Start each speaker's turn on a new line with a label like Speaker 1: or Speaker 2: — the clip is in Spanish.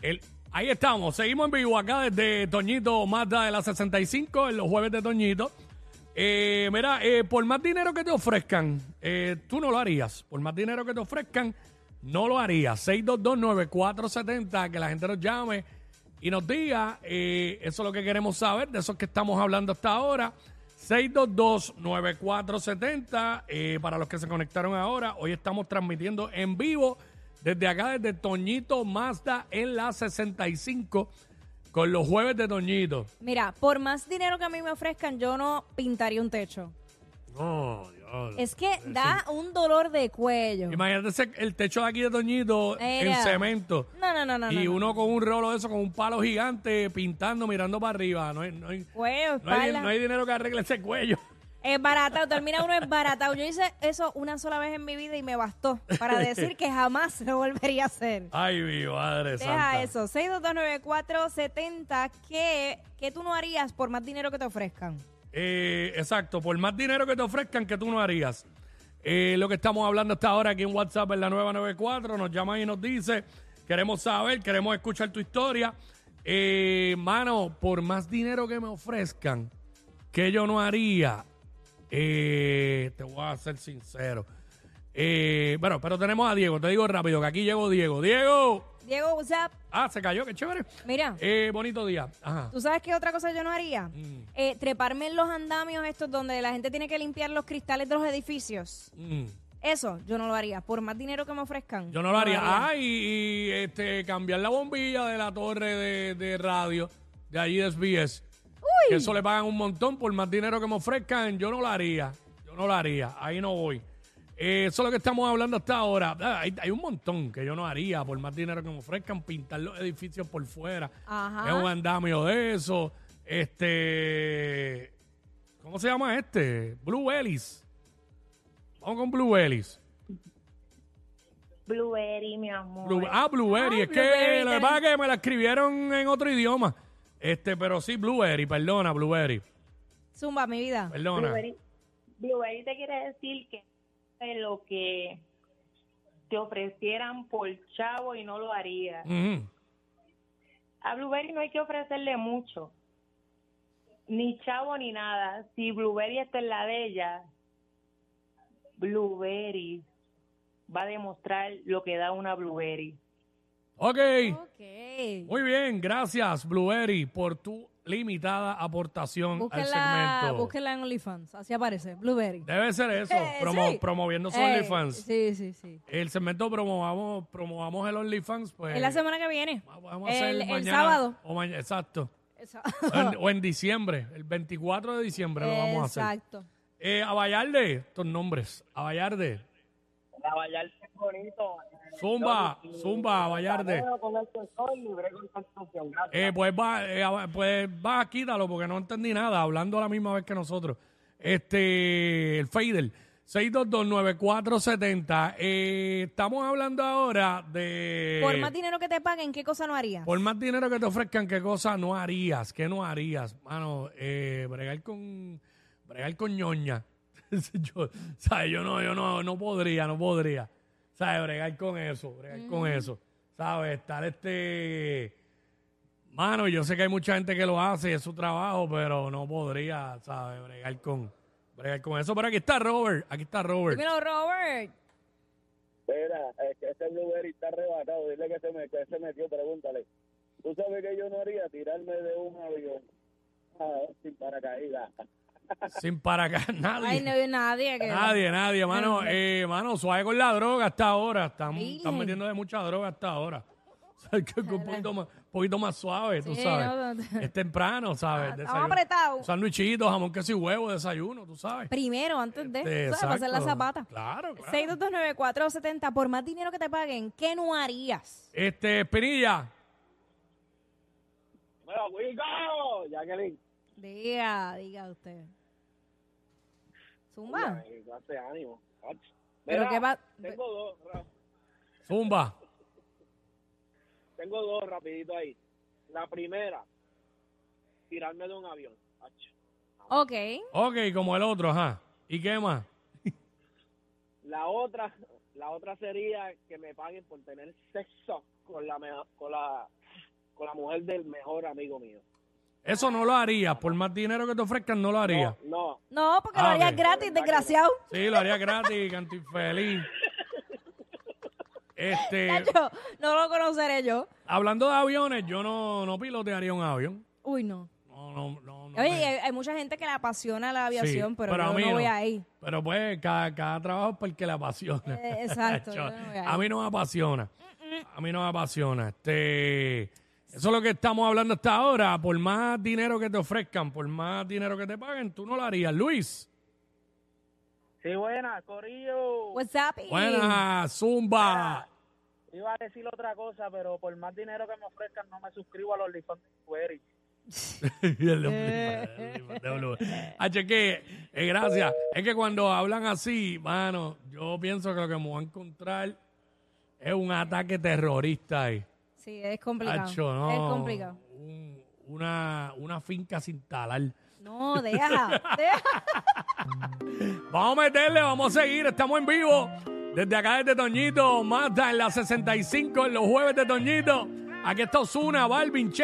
Speaker 1: El- ahí estamos, seguimos en vivo acá desde Toñito Mazda de la 65, en los jueves de Toñito. Eh, mira, eh, por más dinero que te ofrezcan, eh, tú no lo harías. Por más dinero que te ofrezcan, no lo harías. 6229470, que la gente nos llame y nos diga, eh, eso es lo que queremos saber, de eso que estamos hablando hasta ahora. 622-9470. eh, para los que se conectaron ahora, hoy estamos transmitiendo en vivo desde acá, desde Toñito Mazda en la 65, con los jueves de Toñito.
Speaker 2: Mira, por más dinero que a mí me ofrezcan, yo no pintaría un techo.
Speaker 1: No, Dios.
Speaker 2: Es que da un dolor de cuello.
Speaker 1: Imagínate ese- el techo de aquí de Toñito en
Speaker 2: Era.
Speaker 1: cemento.
Speaker 2: No, no, no, no.
Speaker 1: y
Speaker 2: no.
Speaker 1: uno con un rolo de eso, con un palo gigante, pintando, mirando para arriba. No hay, no hay,
Speaker 2: Cuello,
Speaker 1: no hay-
Speaker 2: espalda.
Speaker 1: no hay dinero que arregle ese cuello.
Speaker 2: Es baratado, termina uno es baratado. Yo hice eso una sola vez en mi vida y me bastó para decir que jamás lo volvería a hacer.
Speaker 1: Ay, mi madre Ah, santa.
Speaker 2: Deja eso, 6229470, ¿qué, ¿qué tú no harías por más dinero que te ofrezcan?
Speaker 1: Eh, exacto, por más dinero que te ofrezcan que tú no harías. Eh, lo que estamos hablando hasta ahora aquí en WhatsApp en la 994, nos llama y nos dice, queremos saber, queremos escuchar tu historia. Eh, mano, por más dinero que me ofrezcan, que yo no haría, Eh, te voy a ser sincero. Eh, bueno, pero tenemos a Diego, te digo rápido que aquí llegó Diego. Diego,
Speaker 2: Diego, o sea,
Speaker 1: ah, se cayó, qué chévere.
Speaker 2: mira,
Speaker 1: Eh, bonito día. Ajá. Mm,
Speaker 2: ¿tú sabes qué otra cosa yo no haría? Eh, treparme en los andamios estos donde la gente tiene que limpiar los cristales de los edificios.
Speaker 1: Mm.
Speaker 2: Eso yo no lo haría, por más dinero que me ofrezcan.
Speaker 1: Yo no lo haría. Ah, y, y, este, cambiar la bombilla de la torre de, de radio de allí de SBS. Que eso le pagan un montón por más dinero que me ofrezcan. Yo no lo haría. Yo no lo haría. Ahí no voy. Eh, eso es lo que estamos hablando hasta ahora. Ah, Hay, hay un montón que yo no haría por más dinero que me ofrezcan. Pintar los edificios por fuera.
Speaker 2: Ajá.
Speaker 1: Ah. Es un andamio de eso. Este. ¿Cómo se llama este? Blue Ellis. Vamos con Blue Ellis.
Speaker 3: Blueberry, mi amor.
Speaker 1: Blu- ah, Blueberry. es que
Speaker 2: Blueberry
Speaker 1: lo que
Speaker 2: también.
Speaker 1: pasa es que me la escribieron en otro idioma. Este, pero sí, Blueberry, perdona, Blueberry.
Speaker 2: Zumba, mi vida.
Speaker 1: Perdona.
Speaker 3: Blueberry, Blueberry te quiere decir que es lo que te ofrecieran por chavo y no lo harías.
Speaker 1: Ujú.
Speaker 3: A Blueberry no hay que ofrecerle mucho. Ni chavo ni nada. Si Blueberry está en la de ella, Blueberry va a demostrar lo que da una Blueberry.
Speaker 1: Ok.
Speaker 2: Ok.
Speaker 1: Muy bien, gracias, Blueberry, por tu limitada aportación al
Speaker 2: Búsquenla,
Speaker 1: segmento.
Speaker 2: búsquenla en OnlyFans, así aparece, Blueberry.
Speaker 1: Debe ser eso,
Speaker 2: Eh,
Speaker 1: promo-
Speaker 2: sí.
Speaker 1: promoviendo su
Speaker 2: Eh,
Speaker 1: OnlyFans.
Speaker 2: Sí, sí, sí.
Speaker 1: El segmento promovamos, promovamos el OnlyFans, pues.
Speaker 2: Es la semana que viene.
Speaker 1: vamos a hacer
Speaker 2: el- el
Speaker 1: mañana
Speaker 2: sábado.
Speaker 1: o maña- exacto.
Speaker 2: Eso.
Speaker 1: O en, o en diciembre, el 24 de diciembre lo vamos a hacer.
Speaker 2: Exacto.
Speaker 1: Eh, a Vallarde, estos nombres. A Vallarde.
Speaker 4: La Vallarta es bonito.
Speaker 1: Zumba, zumba, a Vallarde.
Speaker 4: Pero con este sol libre con construcción. Gracias.
Speaker 1: Eh, pues va, eh, a- pues va, quítalo porque no entendí nada, hablando a la misma vez que nosotros. Este, el Fader, 6229470. Eh, estamos hablando ahora de...
Speaker 2: Por más dinero que te paguen, ¿qué cosa no harías?
Speaker 1: Por más dinero que te ofrezcan, ¿qué cosa no harías? ¿Qué no harías? Mano, eh, bregar con bregar con ñoña. yo, ¿sabes? yo no, yo no, no podría, no podría. ¿Sabes? Bregar con eso, bregar con eso. ¿Sabes? Estar este. Mano, yo sé que hay mucha gente que lo hace, y es su trabajo, pero no podría, ¿sabes? Bregar con, bregar con eso. Pero aquí está Robert, aquí está Robert.
Speaker 2: Dímelo, Robert.
Speaker 4: Mira, es que ese blueberry está arrebatado. Dile que se, me, que se metió, pregúntale. ¿Tú sabes que yo no haría? Tirarme de un avión ah, sin paracaídas.
Speaker 1: Sin paracaídas, nadie.
Speaker 2: Ay, no hay nadie que.
Speaker 1: Nadie, nadie, mano. Eh, mano, suave con la droga hasta ahora. Están,
Speaker 2: Virgen.
Speaker 1: están metiéndole mucha droga hasta ahora. O sea, hay que ir un poquito más, un poquito más suave, tú
Speaker 2: Sí,
Speaker 1: sabes.
Speaker 2: no, no, no.
Speaker 1: Es temprano, ¿sabes?
Speaker 2: Estamos apretados.
Speaker 1: Sandwichitos, jamón, queso y huevo, desayuno, tú sabes.
Speaker 2: Primero, antes de.
Speaker 1: Este,
Speaker 2: ¿Sabes? Para hacer la
Speaker 1: exacto.
Speaker 2: zapata.
Speaker 1: Claro, claro.
Speaker 2: 6229470. Por más dinero que te paguen, ¿qué no harías?
Speaker 1: Este, Espinilla,
Speaker 4: Bueno, Wigo, Jacqueline.
Speaker 2: Diga, diga usted. Zumba.
Speaker 4: Ay, hace ánimo. Ach.
Speaker 2: Pero
Speaker 4: Mira,
Speaker 2: qué va-
Speaker 4: Tengo dos, ra-
Speaker 1: Zumba.
Speaker 4: tengo dos rapidito ahí. La primera, tirarme de un avión. Ach.
Speaker 2: Ok.
Speaker 1: Ok, como el otro, ajá. ¿Y qué más?
Speaker 4: La otra, la otra sería que me paguen por tener sexo con la meja- con la con la mujer del mejor amigo mío.
Speaker 1: Eso no lo harías. Por más dinero que te ofrezcan, no lo harías.
Speaker 4: No,
Speaker 2: No, porque
Speaker 1: Ah,
Speaker 2: lo harías
Speaker 1: ok.
Speaker 2: gratis, desgraciado.
Speaker 1: Sí, lo haría gratis, canto infeliz. Este,
Speaker 2: Nacho, no lo conoceré yo.
Speaker 1: hablando de aviones, yo no, no pilotearía un avión.
Speaker 2: Uy, no.
Speaker 1: No, no, no. no
Speaker 2: Oye,
Speaker 1: me-
Speaker 2: y hay, hay mucha gente que le apasiona la
Speaker 1: Sí,
Speaker 2: aviación, pero,
Speaker 1: a
Speaker 2: yo
Speaker 1: mí
Speaker 2: no voy ahí.
Speaker 1: Pero pues, cada, cada trabajo es para el que le apasiona.
Speaker 2: Eh, exacto,
Speaker 1: Yo-
Speaker 2: yo no voy ahí.
Speaker 1: a mí no me apasiona. A mí no me apasiona. Este, eso es lo que estamos hablando hasta ahora. Por más dinero que te ofrezcan, por más dinero que te paguen, tú no lo harías. Luis,
Speaker 4: sí, buena, Corillo.
Speaker 2: What's up? y-
Speaker 1: buena,
Speaker 2: Ah.
Speaker 1: zumba.
Speaker 4: Iba a decir otra cosa, pero por más dinero que me ofrezcan, no me suscribo a los OnlyFans de Blueberry.
Speaker 1: Y el
Speaker 2: Eh.
Speaker 1: hombre, el hombre, el hombre. Ah, cheque, eh, gracias. Es que cuando hablan así, mano, yo pienso que lo que me voy a encontrar es un ataque terrorista ahí.
Speaker 2: Sí, es complicado.
Speaker 1: Acho, no.
Speaker 2: Es complicado.
Speaker 1: Un- una, una finca sin talar.
Speaker 2: No, deja, deja.
Speaker 1: Vamos a meterle, vamos a seguir, estamos en vivo. Desde acá, desde Toñito, Mata en la 65, en los jueves de Toñito. Aquí está Osuna, Balvin, Che.